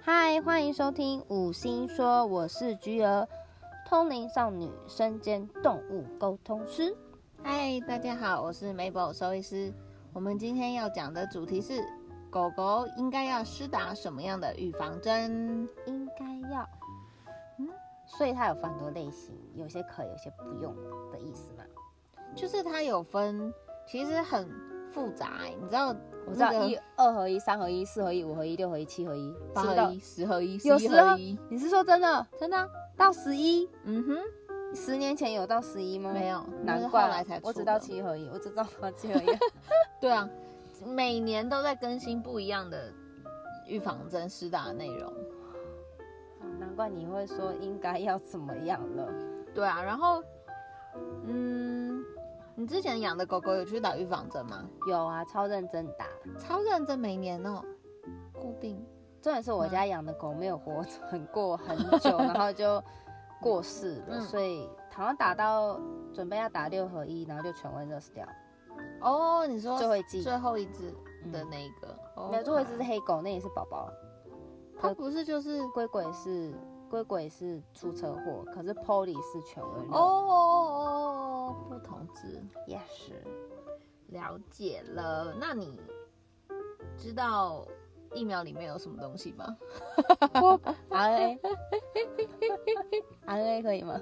嗨，欢迎收听《五星说》，我是菊儿，通灵少女，身兼动物沟通师。嗨，大家好，我是美宝兽医师。我们今天要讲的主题是狗狗应该要施打什么样的预防针？应该要，嗯，所以它有分很多类型，有些可以，有些不用的意思嘛。就是它有分，其实很复杂、欸你知道我知道那个一、二合一、三合一、四合一、五合一、六合一、七合一、八是不是合到一、。十合一、十有一时候合一？你是说真的？真的啊到十一？嗯哼，十年前有到十一吗？没有那是难后怪来才我出只到的七合一，我只知道到七合一。 对啊，每年都在更新不一样的预防针施打的内容。难怪你会说应该要怎么样了。对啊，然后，嗯，你之前养的狗狗有去打预防针吗？有啊，超认真打。超认真，每年哦，固定。重点是我家养的狗没有活很过很久，然后就过世了，嗯 所以好像打到准备要打六合一，然后就全温热死掉。哦，你说最后一季最后一只的嗯那一个，没有，最后一只是哦，黑狗，那也是宝啊宝。它不是就是龟鬼是龟鬼是出车祸，可是 Polly 是全温哦热。哦哦哦，不同只，也是。了解了。那你知道疫苗里面有什么东西吗？ RNA RNA 可以吗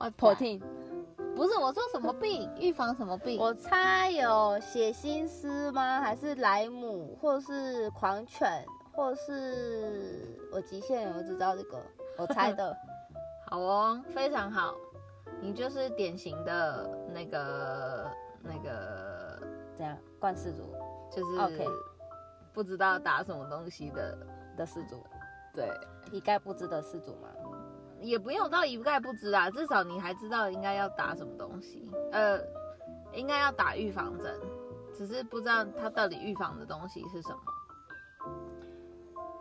外婆？Protein。不是我说什么病，预防什么病？我猜有血腥丝吗？还是莱姆，或是狂犬，或是我极限，我只知道这个，我猜 的。好哦，非常好，你就是典型的那个那个，怎样？冠氏族就是 OK 不知道打什么东西的，的氏族，对。一概不知的氏族吗？也不用到一概不知啊啦，至少你还知道应该要打什么东西，呃，应该要打预防针，只是不知道它到底预防的东西是什么。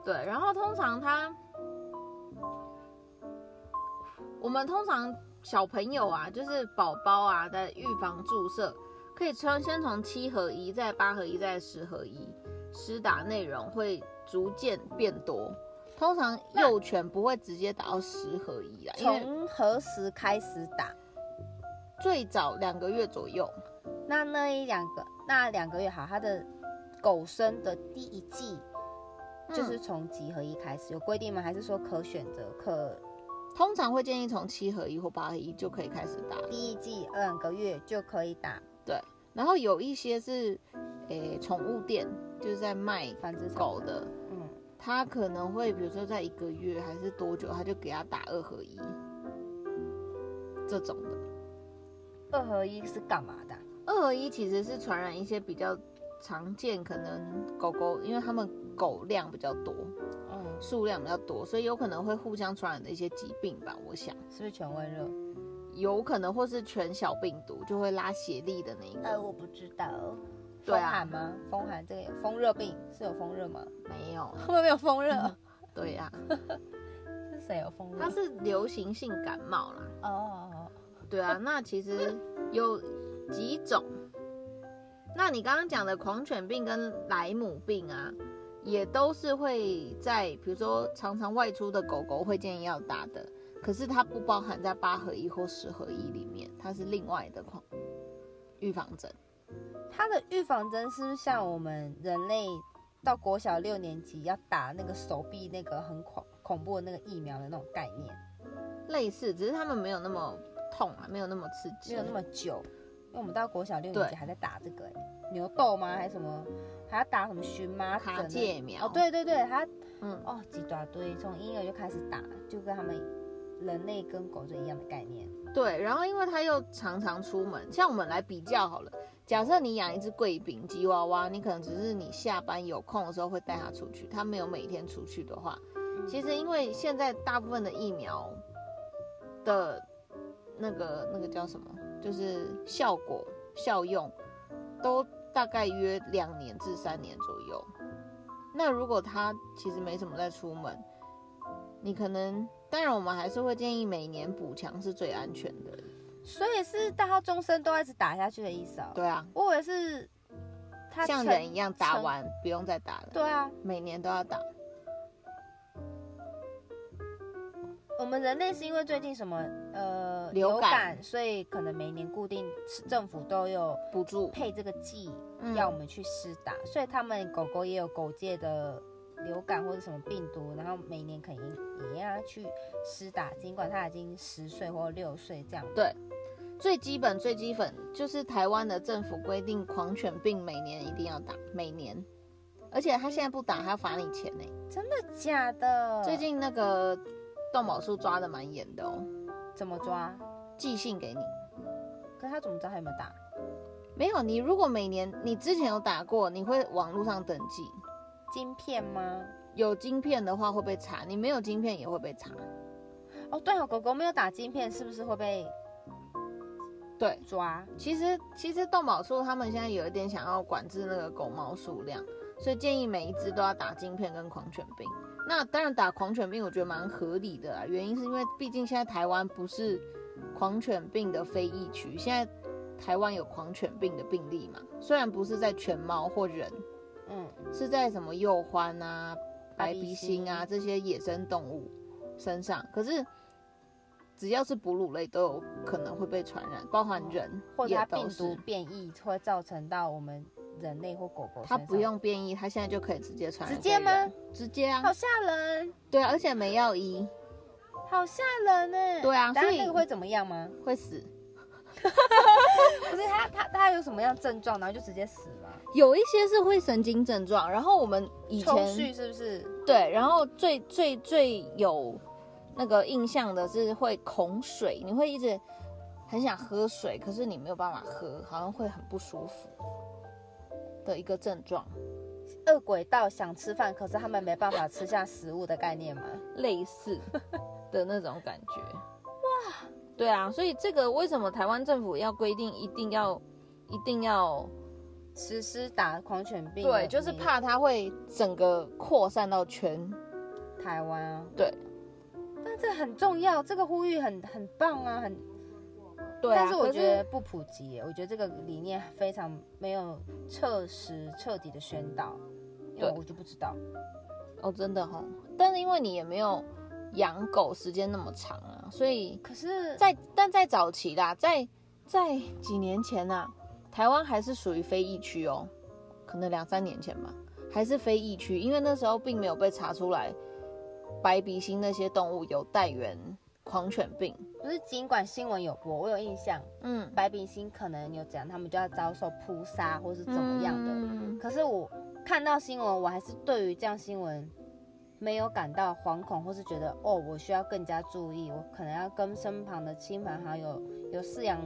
对，然后通常它，我们通常小朋友啊，就是宝宝啊的预防注射，可以从先从七合一，再八合一，再十合一，施打内容会逐渐变多。通常幼犬不会直接打到十合一啊，因为从何时开始打？最早两个月左右，那那一两个，那两个月好，它的狗生的第一季就嗯就是是从几合一开始，有规定吗？还是说可选择可通常会建议从七合一或八合一就可以开始打。第一季两个月就可以打然后有一些是，诶、宠物店就是在卖繁殖场狗？的，嗯，他可能会比如说在一个月还是多久，他就给他打二合一，这种的。二合一是干嘛的啊？二合一其实是传染一些比较常见，可能狗狗因为它们狗量比较多，嗯，数量比较多，所以有可能会互相传染的一些疾病吧。我想是不是全温热？有可能或是犬小病毒，就会拉血痢的那一个。呃，我不知道。对风啊寒吗？风寒这个有风热病是有风热吗？ 没有，会不会没有风热？对啊呀、嗯是谁有风热？它是流行性感冒啦。哦哦，哦对 啊，那其实有几种。那你刚刚讲的狂犬病跟莱姆病啊，也都是会在比如说常常外出的狗狗会建议要打的，可是它不包含在八合一或十合一里面，它是另外的狂预防针。它的预防针是不是像我们人类到国小六年级要打那个手臂那个很恐恐怖的那个疫苗的那种概念，类似，只是他们没有那么痛啊，没有那么刺激，没有那么久，因为我们到国小六年级对还在打这个、欸、牛痘吗？还是什么？还要打什么荨麻疹卡啊？介苗。哦，，对对对，还要嗯，哦，几大堆，从婴儿就开始打，就跟他们人类跟狗是一样的概念。对。然后因为它又常常出门，像我们来比较好了。假设你养一只贵宾吉娃娃，你可能只是你下班有空的时候会带它出去，它没有每天出去的话，其实因为现在大部分的疫苗的那个那个叫什么，就是效果效用都大概约两年至三年左右。那如果它其实没什么在出门，你可能当然我们还是会建议每年补强是最安全的。所以是到他终身都要一直打下去的意思哦。对啊，我以为是他像成人一样打成完不用再打了，对啊，每年都要打。我们人类是因为最近什么呃流流感感，所以可能每年固定是政府都有补助，配这个剂嗯要我们去施打，所以他们狗狗也有狗界的流感或者什么病毒，然后每年肯定也要去施打，尽管它已经十岁或六岁这样。对最基本最基本就是台湾的政府规定狂犬病每年一定要打，每年，而且他现在不打还要罚你钱呢、真的假的？最近那个动保处抓的蛮严的哦，怎么抓？寄信给你。可是它怎么知道它有没有打？没有，你如果每年你之前有打过，你会网络上登记，晶片吗？有晶片的话会被查，你没有晶片也会被查。哦，对哦，狗狗没有打晶片，是不是会被对，抓？其实其实动保处他们现在有一点想要管制那个狗猫数量，所以建议每一只都要打晶片跟狂犬病。那当然打狂犬病我觉得蛮合理的啦，原因是因为毕竟现在台湾不是狂犬病的非疫区，现在台湾有狂犬病的病例嘛，虽然不是在犬猫或人，嗯，是在什么鼬獾啊、白白鼻鼻星啊星这些野生动物身上，可是只要是哺乳类都有可能会被传染，包含人哦或者也它都病毒是。变异会造成到我们人类或狗狗身它上？不，用变异，它现在就可以直接传染。直接吗？哦直接啊好，吓人，对啊，而且没药医，好吓人呢、对啊但所以那个会怎么样吗？会死。不是它它它有什么样症状，然后就直接死了？有一些是会神经症状，然后我们以抽前搐是不是？对，然后最最最有那个印象的是会恐水，你会一直很想喝水，可是你没有办法喝，好像会很不舒服的一个症状，饿鬼道想吃饭，可是他们没办法吃下食物的概念吗？类 似的那种感觉。哇，对啊，所以这个为什么台湾政府要规定一定要一定要实施打狂犬病的那对，个，就是怕它会整个扩散到全台湾啊。对但这很重要，这个呼吁很很棒啊，很。对啊、但是我可觉得不普及耶，我觉得这个理念非常没有彻实彻底的宣导，因为对我就不知道。哦，真的哈、但是因为你也没有养狗时间那么长啊，所以可是，在但在早期啦，在在几年前啊，台湾还是属于非疫区哦，可能两三年前吧，还是非疫区，因为那时候并没有被查出来白鼻星那些动物有带源狂犬病。不是尽管新闻有播，我有印象，嗯，白冰星可能有怎样，他们就要遭受扑杀或是怎么样的。嗯可是我看到新闻，我还是对于这样新闻没有感到惶恐，或是觉得哦，我需要更加注意，我可能要跟身旁的亲朋好友有饲养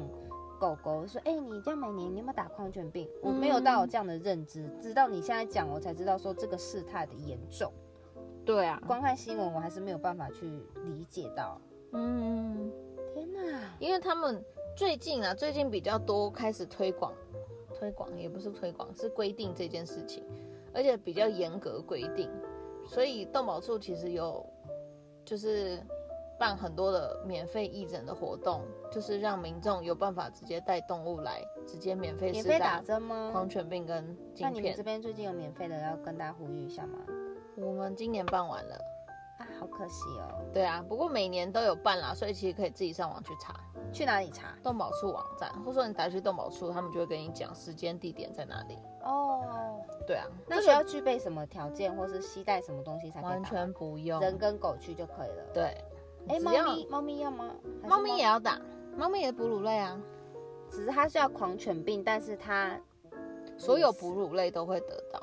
狗狗说，哎、你这样每年你有没有打狂犬病？我没有到有这样的认知，直到你现在讲，我才知道说这个事态的严重。对啊，光看新闻，我还是没有办法去理解到。嗯。天哪，因为他们最近啊，最近比较多开始推广，推广也不是推广，是规定这件事情，而且比较严格规定，所以动保处其实有就是办很多的免费义诊的活动，就是让民众有办法直接带动物来，直接免费免施费打打针吗狂？犬病跟那晶你们这片。边最近有免费的要跟大家呼吁一下吗？我们今年办完了，啊，好可惜哦。对啊，不过每年都有办啦，所以其实可以自己上网去查。去哪里查？动保处网站，或者说你打去动保处，他们就会跟你讲时间、地点在哪里。哦，对啊，那这需要个具备什么条件，或是携带什么东西才可以打完吗？全不用。人跟狗去就可以了。对，哎，只猫要咪，猫咪要吗？还是猫咪也，要打，猫咪也哺乳类啊，只是它是要狂犬病，但是它所有哺乳类都会得到。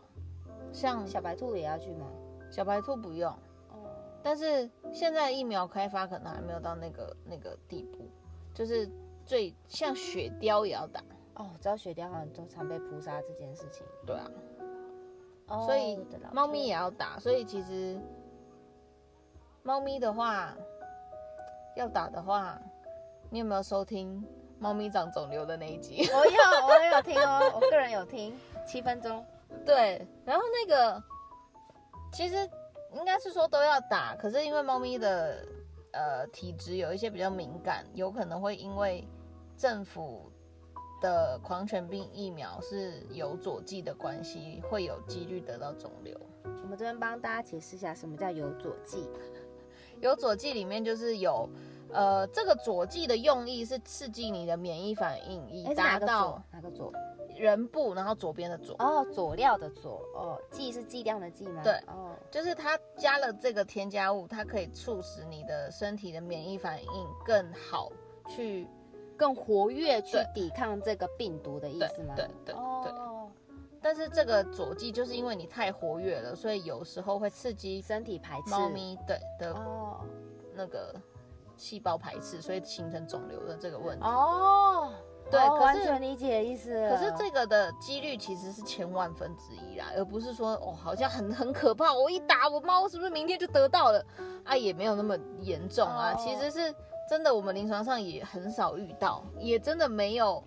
像小白兔也要去吗？小白兔不用，哦，但是现在疫苗开发可能还没有到那个那个地步，就是最像雪貂也要打。哦，我知道雪貂好像都常被扑杀这件事情，对啊，哦所以我的老猫咪也天要打，所以其实猫咪的话要打的话，你有没有收听猫咪长肿瘤的那一集？我有我有听哦， 我个人有听七分钟， 对，然后那个其实应该是说都要打，可是因为猫咪的呃体质有一些比较敏感，有可能会因为政府的狂犬病疫苗是有佐剂的关系，会有几率得到肿瘤。我们这边帮大家解释一下什么叫有佐剂，有佐剂里面就是有，呃，这个佐剂的用意是刺激你的免疫反应，以哎，是达哪个到左？哪个左？人部，然后左边的左，哦，佐料的佐，哦，剂是剂量的剂吗？对哦，就是它加了这个添加物，它可以促使你的身体的免疫反应更好去更活跃去对抵抗这个病毒的意对思吗？对对对哦，但是这个佐剂就是因为你太活跃了，所以有时候会刺激身体排斥。猫咪对的哦那个细胞排斥，所以形成肿瘤的这个问题。哦，对哦可是完全理解意思了。可是这个的几率其实是千万分之一啦，而不是说哦，好像很很可怕，我一打我猫是不是明天就得到了？啊，也没有那么严重啊，哦其实是真的，我们临床上也很少遇到，也真的没有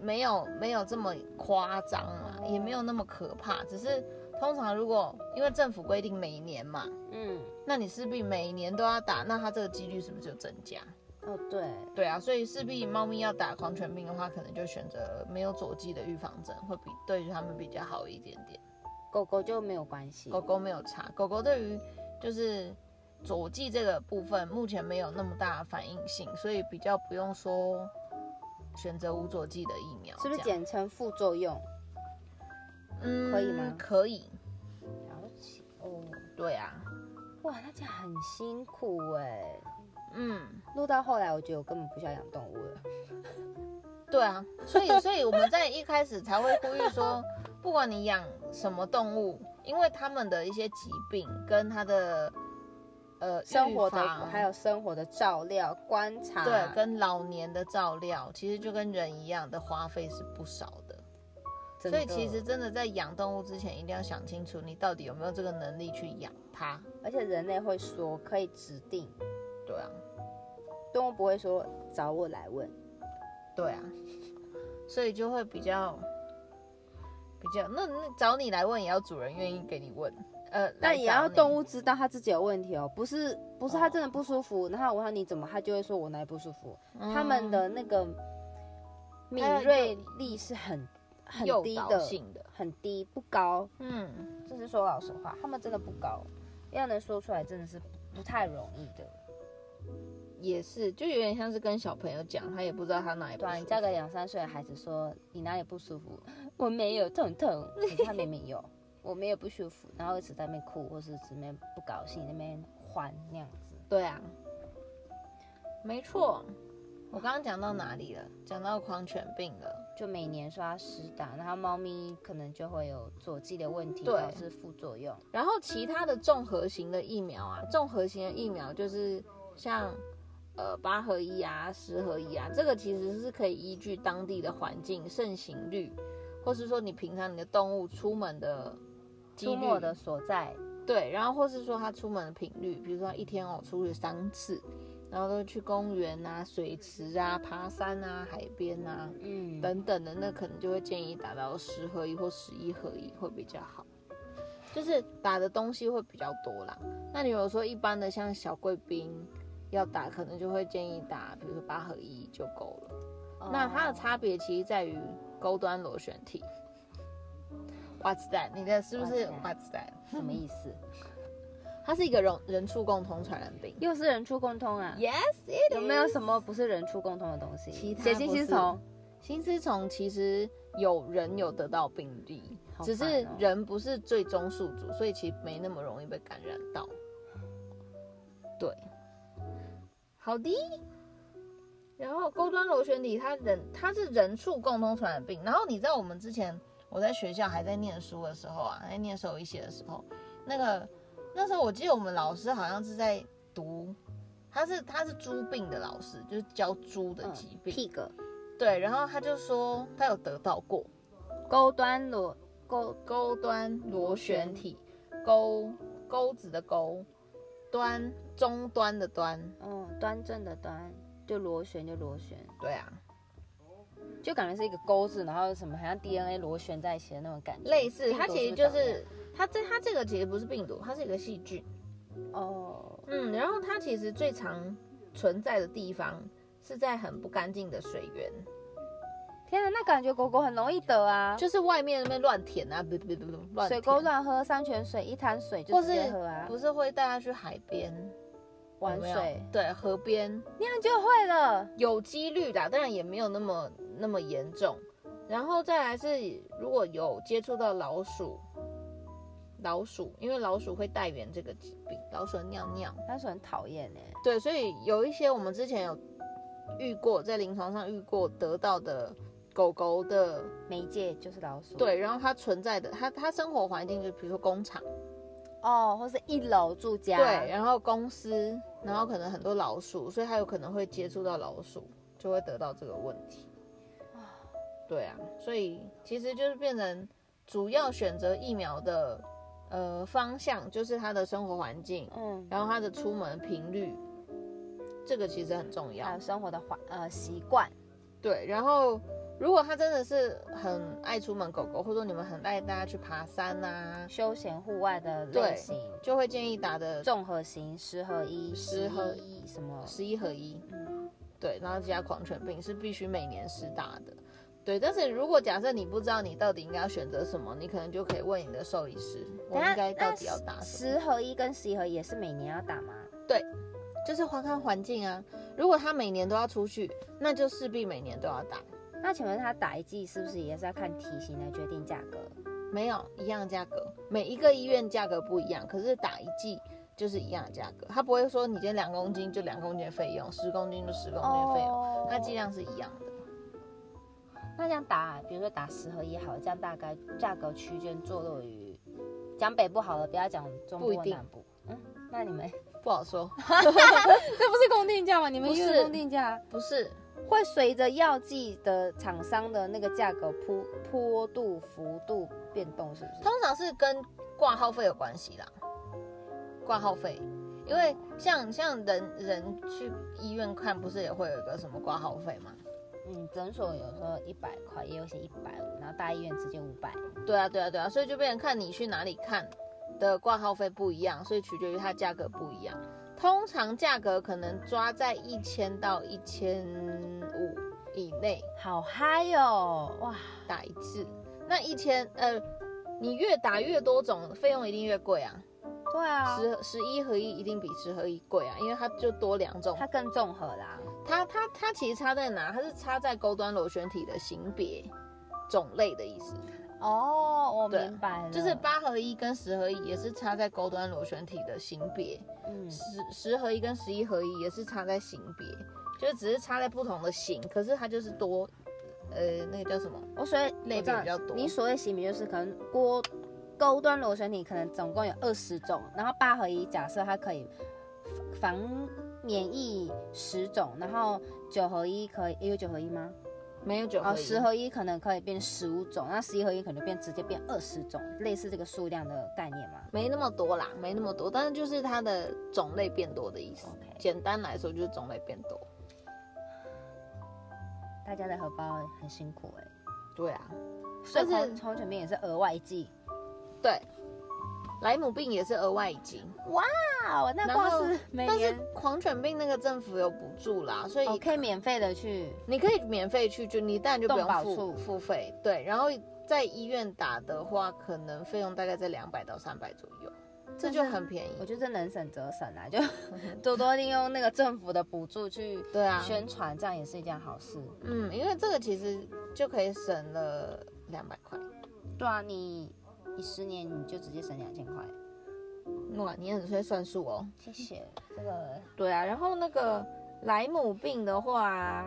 没有没有这么夸张啊，也没有那么可怕，只是通常如果因为政府规定每年嘛，嗯，那你势必每年都要打，那它这个几率是不是就增加？哦对，对啊，所以势必猫咪要打狂犬病的话，可能就选择没有佐剂的预防针，会比对于它们比较好一点点。狗狗就没有关系。狗狗没有差，狗狗对于就是佐剂这个部分目前没有那么大的反应性，所以比较不用说选择无佐剂的疫苗，是不是这样？简称副作用？嗯，可以吗可以，了解哦，对啊，哇，那这样很辛苦哎。嗯，录到后来，我觉得我根本不需要养动物了。对啊，所以所以我们在一开始才会呼吁说，不管你养什么动物，因为它们的一些疾病跟它的呃生活预的防还有生活的照料、观察，对跟老年的照料，其实就跟人一样的花费是不少的。真所的以其实，真的在养动物之前，一定要想清楚你到底有没有这个能力去养它。而且人类会说可以指定，对啊，动物不会说找我来问。对啊，所以就会比较比较那那找你来问，也要主人愿意给你问。呃，但也要动物。物知道它自己有问题哦，不是不是它哦真的不舒服，然后我问它你怎么，它就会说我哪里不舒服。嗯他们的那个敏锐力是很很诱低导的，性的，很低不高。嗯，这是说老实话，他们真的不高，要能说出来真的是不太容易的。也是，就有点像是跟小朋友讲，他也不知道他哪里不对啊，你舒叫服个两三岁的孩子说你哪里不舒服，我没有痛 痛，可是他明明有，我没有不舒服，然后一直在那边哭，或是直面不高兴那边欢那样子。对啊，没错。我刚刚讲到哪里了？讲到狂犬病了。就每年说它施打，然后猫咪可能就会有佐剂的问题，对导致副作用。然后其他的综合型的疫苗啊，综合型的疫苗就是像呃八合一啊、十合一啊，这个其实是可以依据当地的环境、盛行率，或是说你平常你的动物出门的几出率没的所在，对，然后或是说他出门的频率，比如说他一天哦出去三次，然后都去公园啊、水池啊、爬山啊、海边啊嗯，等等的，那可能就会建议打到十合一或十一合一会比较好，就是打的东西会比较多啦。那你有说一般的像小贵宾要打，可能就会建议打，比如说八合一就够了。那哦它的差别其实在于钩端螺旋体。What's that？你的是不是 What's What's that？什么意思？它是一个人人畜共同传染病。又是人畜共通啊 Yes, it 有没有什么不是人畜共通的东西？其他血清不是新虫，心丝虫其实有人有得到病例，好只烦是哦人不是最终宿主，所以其实没那么容易被感染到。对，好的。然后钩端螺旋体，它人它是人畜共同传染病。然后你知道我们之前我在学校还在念书的时候啊，在念兽医系的时候，那个那时候我记得我们老师好像是在读，他是他是猪病的老师，就是教猪的嗯疾病。 ，pig，对，然后他就说他有得到过钩端螺钩钩端螺旋体，钩钩子的钩，端终端的端，嗯，端正的端，就螺旋就螺旋，对啊，就感觉是一个钩子，然后什么好像 DNA 螺旋在一起的那种感觉。类似病毒它其实不就长那是它这它这个其实不是病毒，它是一个细菌，样哦，嗯，然后它其实最常存在的地方是在很不干净的水源，天啊哪，那感觉狗狗很容易得啊，就是外面那边乱舔啊，不不不不乱水沟舔，乱喝，山泉水一滩水就或直接是喝啊，不是会带它去海边，玩有没有水，对河边那样就会了。有几率啦，当然也没有那么那么严重。然后再来是，如果有接触到老鼠，老鼠，因为老鼠会带源这个疾病，老鼠的尿尿，但是很讨厌哎，对，所以有一些我们之前有遇过，在临床上遇过得到的狗狗的，媒介就是老鼠，对，然后它存在的，它它生活环境就比如说工厂，哦，或是一楼住家，对，，然后公司，然后可能很多老鼠，所以它有可能会接触到老鼠，就会得到这个问题。对啊，所以其实就是变成主要选择疫苗的呃方向，就是它的生活环境，嗯，然后它的出门频率，这个其实很重要还。有生活的环呃习惯，对，然后如果它真的是很爱出门狗狗，或者说你们很爱带它去爬山啊，休闲户外的类对型，就会建议打的综合型十合一、十合一什么，十一合一。嗯，对，然后加狂犬病是必须每年施打的。对，但是如果假设你不知道你到底应该要选择什么，你可能就可以问你的兽医师，我等下应该到底那要打啊什十么？合一跟十一合一也是每年要打吗？就是换看环境啊。如果他每年都要出去，那就势必每年都要打。那请问他打一剂是不是也是要看体型来决定价格？没有一样价格，每一个医院价格不一样，可是打一剂就是一样的价格，他不会说你今天两公斤就两公斤的费用，十公斤就十公斤的费哦用，它剂量是一样的。那这样打，比如说打十合一好了，这样大概价格区间坐落于讲北部好了，不要讲中不部一或定南部。嗯，那你们不好说， 这不是公定价吗？你们医院公定价不是会随着药剂的厂商的那个价格坡坡度幅度变动，是不是？通常是跟挂号费有关系啦，挂号费，因为像像人人去医院看，不是也会有一个什么挂号费吗？嗯，诊所有时候一百块，也有些一百五，然后大医院直接五百。对啊，对啊，对啊，所以就变成看你去哪里看的挂号费不一样，所以取决于它价格不一样。通常价格可能抓在一千到一千五以内好嗨哦，哇！打一次，那一千呃，你越打越多种，费用一定越贵啊。对啊，十十一合一一定比十合一贵啊，因为它就多两种它更综合啦。它它它其实差在哪？它是差在钩端螺旋体的型别、种类的意思，嗯哦，我对明白了，就是，八合一跟十合一也是差在钩端螺旋体的型别，嗯，十十合一跟十一合一也是差在型别，就只是差在不同的型，可是它就是多，呃，那个叫什么？我所以类别我知道比较多你所谓型别就是可能锅钩端螺旋体可能总共有二十种，然后八合一假设它可以防免疫十种，然后九合一可以也有九合一吗？没有九合哦，一，十合一可能可以变十五种，那十一合一可能就变直接变二十种，类似这个数量的概念吗？没那么多啦，没那么多，但是就是它的种类变多的意思。 OK 简单来说就是种类变多。大家的荷包很辛苦哎、对啊，所以但狂是狂犬病也是额外一剂。对，莱姆病也是额外一金。啊，我那然光后是每但是年狂犬病那个政府有补助啦，所以哦可以免费的去你可以免费去，就你当然就不动保用处付付费。对，然后在医院打的话，可能费用大概在两百到三百左右，这就很便我宜。觉得能省则省啊，就 多多利用那个政府的补助去对啊，宣传，这样也是一件好事。嗯，因为这个其实就可以省了两百块。对啊，你你十年你就直接省两千块，哇，你很会算数哦。谢谢。这个对啊，然后那个莱姆病的话，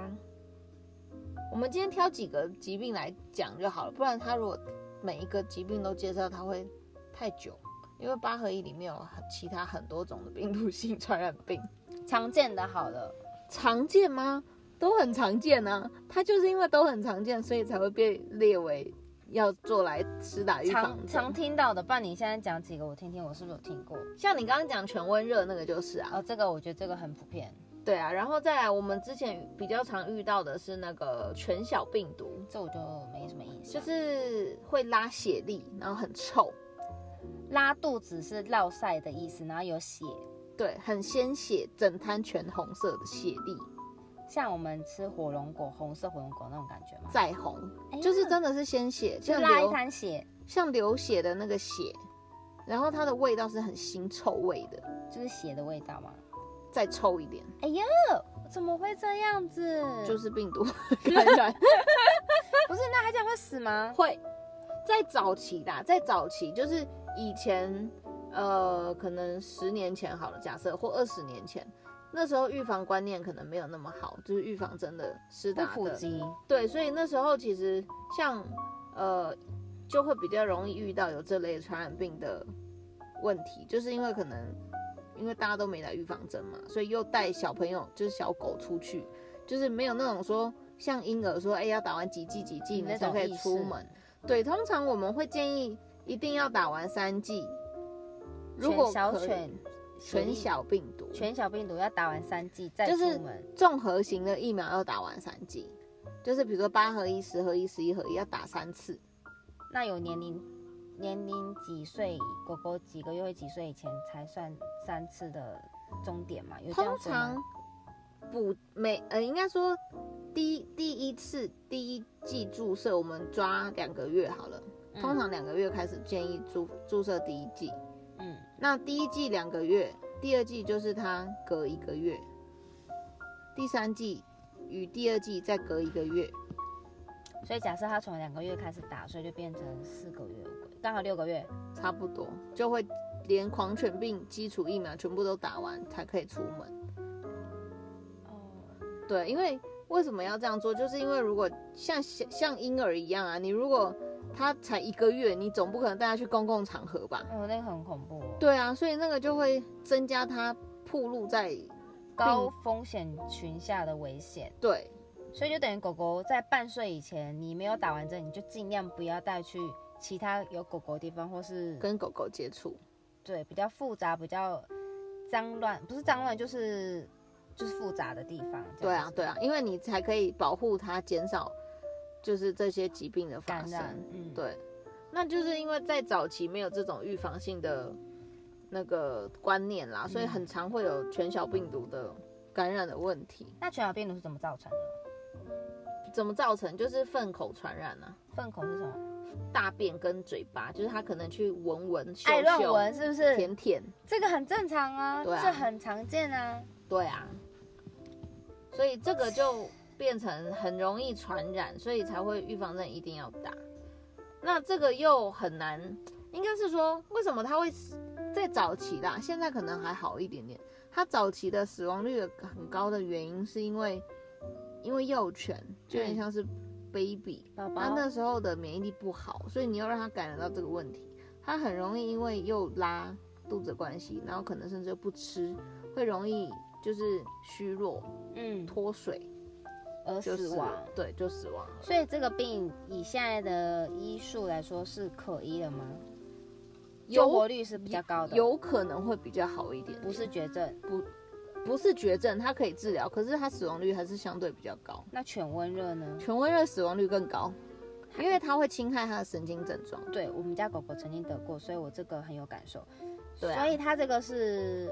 我们今天挑几个疾病来讲就好了，不然他如果每一个疾病都介绍，他会太久。因为八合一里面有很其他很多种的病毒性传染病，常见的好了，常见吗？都很常见啊。它就是因为都很常见，所以才会被列为要做来施打预防常常针。听到的，不然你现在讲几个我听听，我是不是有听过？像你刚刚讲全温热那个就是啊，哦，这个我觉得这个很普遍，对啊。然后再来，我们之前比较常遇到的是那个犬小病毒，这我就没什么印就象。是会拉血粒，然后很臭，拉肚子是落晒的意思，然后有血，对，很鲜血，整滩全红色的血粒，像我们吃火龙果，红色火龙果那种感觉吗？再红，哎呀就是真的是鲜血，就像拉一流滩血，像流血的那个血，然后它的味道是很腥臭味的，就是血的味道吗？再臭一点，哎呀，怎么会这样子？就是病毒感染不是，那它这样会死吗？会在早期 啦，在早期就是以前呃，可能十年前好了，假设或二十年前，那时候预防观念可能没有那么好，就是预防针的施不打普的及，对，所以那时候其实像呃，就会比较容易遇到有这类传染病的问题，就是因为可能因为大家都没打预防针嘛，所以又带小朋友就是小狗出去，就是没有那种说像婴儿说，哎、要打完几剂几剂你嗯那才种可以意出识嗯门。对，通常我们会建议一定要打完三剂，如全果小可以犬血全疫小病毒全小病毒要打完三剂再就是出门，综合型的疫苗要打完三剂，就是比如说八合一、十合一、十一合一要打三次。那有年龄年龄几岁，狗狗几个月、几岁以前才算三次的终点嘛？有这样通说吗常补每呃，应该说第一第一次第一季注射，我们抓两个月好了。嗯通常两个月开始建议注注射第一季，嗯，那第一季两个月，第二季就是它隔一个月，第三季与第二季再隔一个月，所以假设它从两个月开始打，所以就变成四个月，刚好六个月。差不多就会连狂犬病基础疫苗全部都打完才可以出门。哦，对，因为为什么要这样做？就是因为如果像像像婴儿一样啊，你如果他才一个月，你总不可能带他去公共场合吧？哦，那个很恐怖、哦。，对啊，所以那个就会增加他暴露在高风险群下的危险，对所以就等于狗狗在半岁以前，你没有打完针，你就尽量不要带去其他有狗狗的地方，或是跟狗狗接触。对比较复杂、比较脏乱，不是脏乱就是就是复杂的地方。这对样啊子，对啊，因为你才可以保护他，减少就是这些疾病的啊发感生。染，嗯，，对，那就是因为在早期没有这种预防性的那个观念啦，嗯所以很常会有全小病毒的感染的问题。那犬小病毒是怎么造成的？怎么造成？就是粪口传染啊，粪口是什么？大便跟嘴巴，就是他可能去闻闻、嗅爱乱嗅、闻是不是？舔舔，这个很正常啊，对啊这很常见啊。对啊，所以这个就变成很容易传染，所以才会预防针一定要打。那这个又很难，应该是说为什么它会死在早期啦？现在可能还好一点点。它早期的死亡率很高的原因是因为，因为幼犬就有点像是 baby，宝他宝，那时候的免疫力不好，所以你要让他感染到这个问题，他很容易因为又拉肚子的关系，然后可能甚至又不吃，会容易就是虚弱、嗯，脱水，而就死了亡。对，就死亡了。所以这个病以现在的医术来说是可医的吗？救活率是比较高的，有可能会比较好一点，不是绝症。不是绝症，它可以治疗，可是它死亡率还是相对比较高。那犬瘟热呢？犬瘟热死亡率更高，因为它会侵害它的神经症状。对我们家狗狗曾经得过，所以我这个很有感受。对啊所以它这个是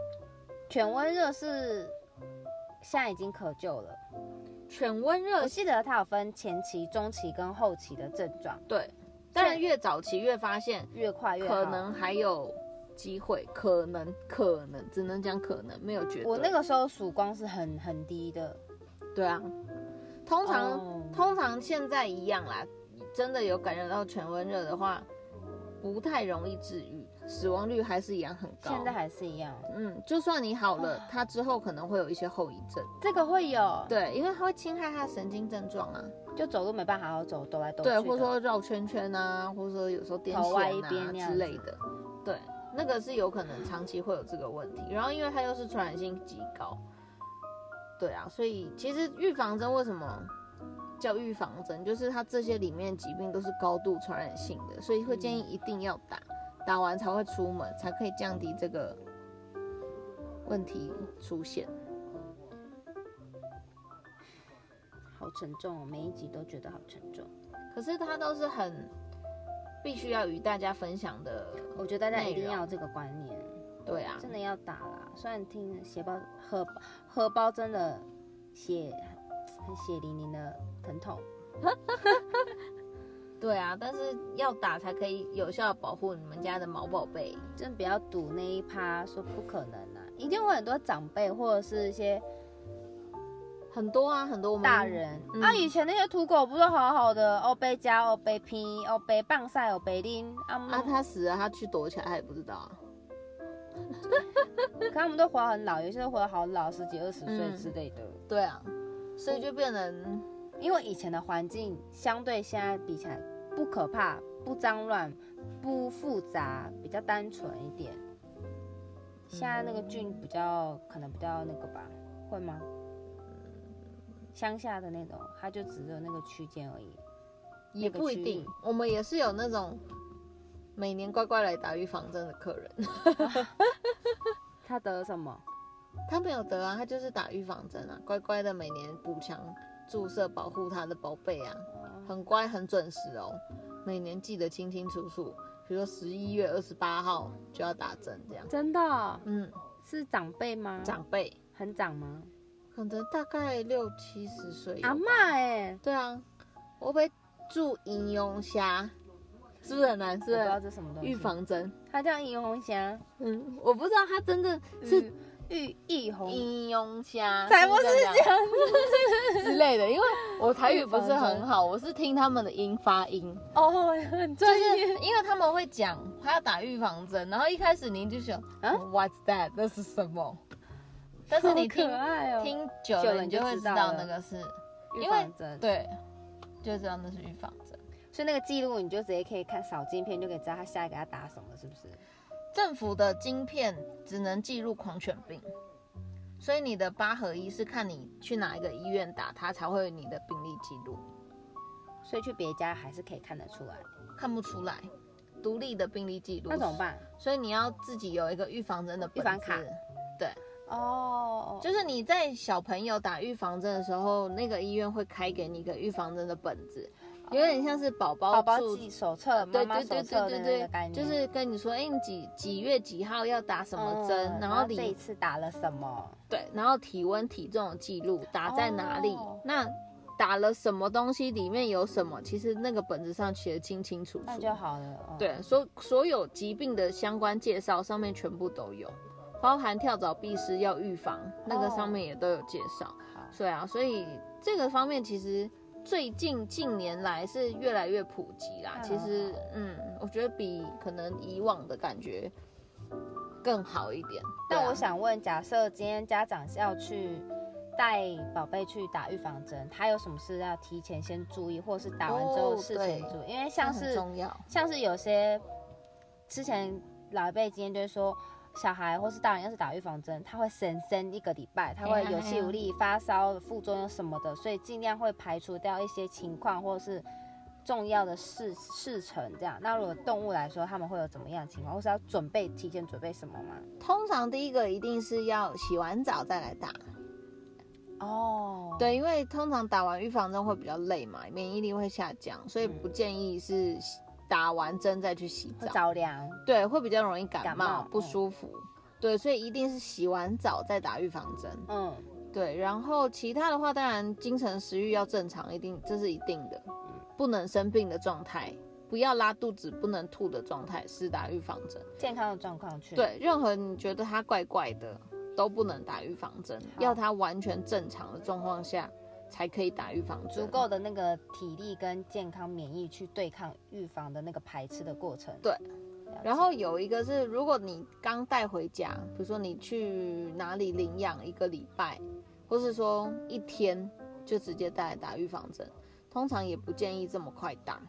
犬瘟热是现在已经可救了。犬瘟热我记得它有分前期、中期跟后期的症状，对，当然越早期越发现，越快越好。可能还有机会，可能可能只能讲可能，没有绝对。我那个时候曙光是很很低的，对啊，通常、哦通常现在一样啦，真的有感染到犬瘟热的话，不太容易治愈，死亡率还是一样很高。现在还是一样。嗯，就算你好了，它之后可能会有一些后遗症，这个会有，对，因为它会侵害它的神经症状啊，就走路没办法好好走，走来走去对，的。或者说绕圈圈啊，或者说有时候癫头歪一痫边那啊样之子类的，对，那个是有可能长期会有这个问题。然后因为它又是传染性极高，对啊，所以其实预防针为什么叫预防针，就是它这些里面疾病都是高度传染性的，所以会建议嗯一定要打，打完才会出门，才可以降低这个问题出现。好沉重哦，每一集都觉得好沉重。可是它都是很必须要与大家分享的，我觉得大家一内定容要有这个观念，对啊，真的要打啦。虽然听血包荷荷包真的血很血淋淋的疼痛，对啊，但是要打才可以有效地保护你们家的毛宝贝。真的不要赌那一趴，说不可能啊，一定会很多长辈或者是一些很多啊，很多我们大人、嗯啊，以前那些土狗不都好好的，哦被夹，哦被劈，哦被棒晒，哦被拎，啊，啊，他死了，他去躲起来，他也不知道啊。可他们都活得很老，有些都活得好老，十几二十岁嗯之类的。对啊，所以就变成因为以前的环境相对现在比起来不可怕、不脏乱、不复杂，比较单纯一点。现在那个菌比较可能比较那个吧，会吗？乡下的那种，它就只有那个区间而已。也那个不区一域定，我们也是有那种每年乖乖来打预防针的客人，它得了什么？ 他没有得啊，他就是打预防针啊，乖乖的每年补强注射保护他的宝贝啊，很乖很准时哦，每年记得清清楚楚，比如说十一月二十八号就要打针这样。真的哦、嗯，是长辈吗？长辈很长吗？可能大概六七十岁有吧，阿嬷哎、对啊，我被注银龙虾，是不是很难？是我不知道不这什么东是西。预，防针？它叫银红虾，嗯，我不知道它真的是是玉翼红银龙虾，嗯才不是这样之类的，因为我台语不是很好，我是听他们的音发音， 哦，很就专是业。因为他们会讲他要打预防针，然后一开始你就想啊啊，What's that？那是什么？但是你好可听爱哦，听久久了，了你你就就会知知道道了那个是预因为防针，对，就知道那是预防针。所以那个记录你就直接可以看扫晶片，就可以知道他下一个要打什么，是不是？政府的晶片只能记录狂犬病，所以你的八合一是看你去哪一个医院打，它才会有你的病历记录，所以去别家还是可以看得出来，看不出来。独立的病历记录，那怎么？办？所以你要自己有一个预防针的预本防卡子对，哦，就是你在小朋友打预防针的时候，那个医院会开给你一个预防针的本子，有点像是宝宝哦宝宝注哦记手册、妈对妈对手对册的对那个对概对，念，就是跟你说，哎，你几几月几号要打什什么针，然后嗯这一里次打了什么？对，然后体温体重的记录打在哪里，哦那打了什么东西，里面有什么，其实那个本子上写的清清楚那楚。就好了。哦，对，所所有疾病的相关介绍上面全部都有，包含跳蚤、蜱虱要预防，那个上面也都有介绍。好，对啊，所以这个方面其实最近近年来是越来越普及啦。太其实好，嗯，我觉得比可能以往的感觉更好一点。对那啊我想问，假设今天家长是要去带宝贝去打预防针，他有什么事要提前先注意，或者是打完之后哦事前对注意？因为这像很是重要。像是有些之前老一辈经验就是说，小孩或是大人要是打预防针，他会神生一个礼拜，他会哎呀有气无力、发烧、副作用什么的，所以尽量会排除掉一些情况或是重要的事事成这样。那如果动物来说，他们会有怎么样的情况，或是要准备提前准备什么吗？通常第一个一定是要洗完澡再来打，哦，对，因为通常打完预防针会比较累嘛，免疫力会下降，所以不建议是洗打完针再去洗会澡，着凉，对，会比较容易感感冒冒不嗯舒服。对，所以一定是洗完澡再打预防针。嗯，对，然后其他的话，当然精神食欲要正常，一定这是一定的，嗯不能生病的状态，不要拉肚子、不能吐的状态是打预防针。健康的状况去。，对，任何你觉得它怪怪的都不能打预防针，好要它完全正常的状况下才可以打预防针。足够的那个体力跟健康免疫去对抗预防的那个排斥的过程。对了解，然后有一个是，如果你刚带回家，比如说你去哪里领养一个礼拜，或是说一天就直接带来打预防针，通常也不建议这么快打，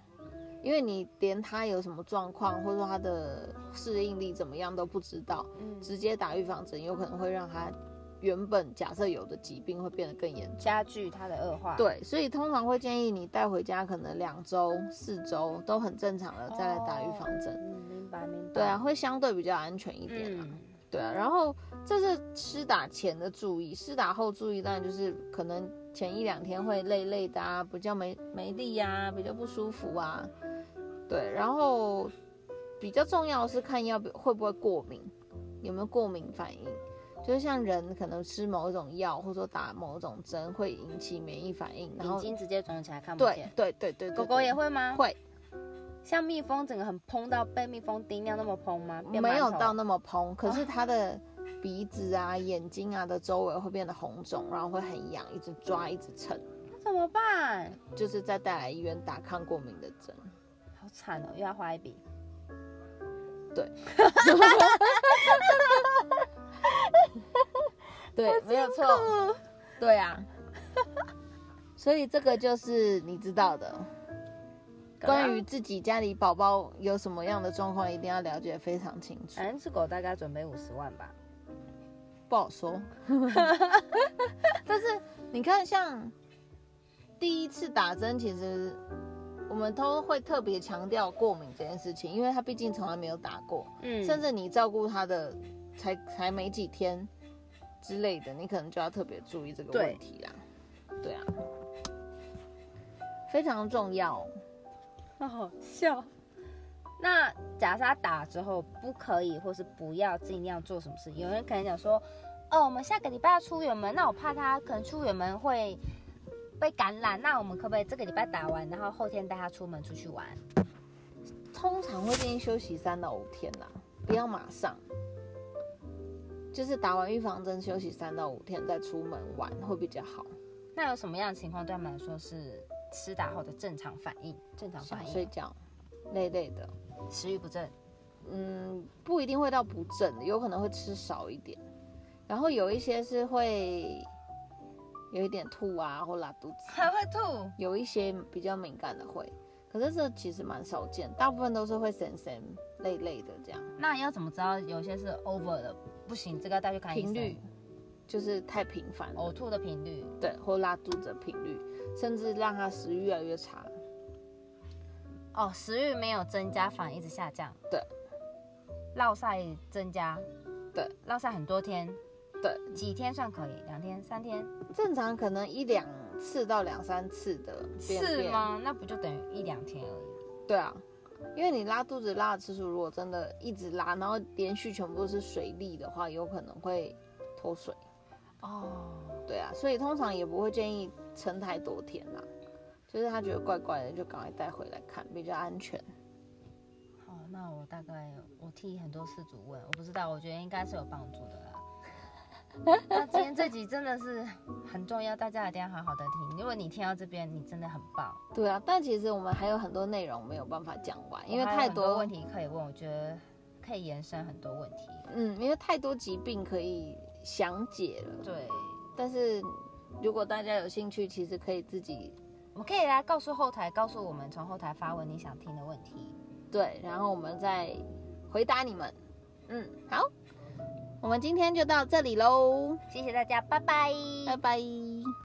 因为你连他有什么状况，或者说他的适应力怎么样都不知道，嗯直接打预防针有可能会让他原本假设有的疾病会变得更严重。加剧它的恶化。，对，所以通常会建议你带回家，可能两周、四周都很正常了，再来打预防针。嗯，明白明白。对啊，，会相对比较安全一点啊。嗯，对啊，然后这是施打前的注意，施打后注意当然就是可能前一两天会累累的啊，比较没没力啊，比较不舒服啊。对，然后比较重要的是看要不会不会过敏，有没有过敏反应。就是像人可能吃某一种药，或者说打某种针，会引起免疫反应，然眼后睛直接肿起来看不对见。对对对，对狗狗也对会吗？会，像蜜蜂整个很蓬到被蜜蜂叮那样那么蓬吗？变没有馒头啊到那么蓬，可是它的鼻子啊、眼睛啊的周围会变得红肿，然后会很痒，一直抓，一直蹭，那怎么办？就是再带来医院打抗过敏的针。好惨哦，又要花一笔。对，没有错，对啊。 所以这个就是你知道的，关于自己家里宝宝有什么样的状况，一定要了解非常清楚反。正只狗大概准备五十万吧。不好说。嗯 但是你看，像第一次打针，其实我们都会特别强调过敏这件事情，因为他毕竟从来没有打过，嗯，甚至你照顾他的才才没几天之类的，你可能就要特别注意这个对问题啦。对啊，非常重要。 好好笑。那假设他打之后不可以或是不要尽量做什么事，有人可能讲说，哦，我们下个礼拜要出远门，那我怕他可能出远门会被感染，那我们可不可以这个礼拜打完，然后后天带他出门出去玩？通常会建议休息三到五天啦，不要马上，就是打完预防针休息三到五天再出门玩会比较好。那有什么样的情况对他们来说是吃打后的正常反应？正常想反睡应，觉累累的，食欲不振，嗯，不一定会到不正的，有可能会吃少一点，然后有一些是会有一点吐啊或拉肚子，还会吐。有一些比较敏感的会，可是这其实蛮少见，大部分都是会神神累累的这样，那要怎么知道有些是 over 的？不行，这个要带去看医频生。率就是太频繁了呕吐的频率，对，或拉肚子的频率，甚至让他食欲越来越差。哦，食欲没有增加，反而一直下降。对，落晒增加。对，落晒很多天。对，几天算可以？两天、三天？正常可能一两次到两三次的便是便，吗？那不就等于一两天而已？对啊，因为你拉肚子拉的次数如果真的一直拉，然后连续全部都是水力的话，有可能会脱水。哦，对啊，所以通常也不会建议撑太多天啦、就是他觉得怪怪的，就赶快带回来看，比较安全。好，那我大概我替很多事主问，我不知道，我觉得应该是有帮助的啦。 那今天这集真的是很重要，大家一定要好好的听。如果你听到这边，你真的很棒。对啊，但其实我们还有很多内容没有办法讲完，因为我还有太很多多问题可以问，我觉得可以延伸很多问题。嗯，因为太多疾病可以详解了。对，但是如果大家有兴趣，其实可以自己我们可以来告诉后台，告诉我们从后台发问你想听的问题。对，然后我们再回答你们。嗯，好，我们今天就到这里喽，谢谢大家，拜拜，拜拜。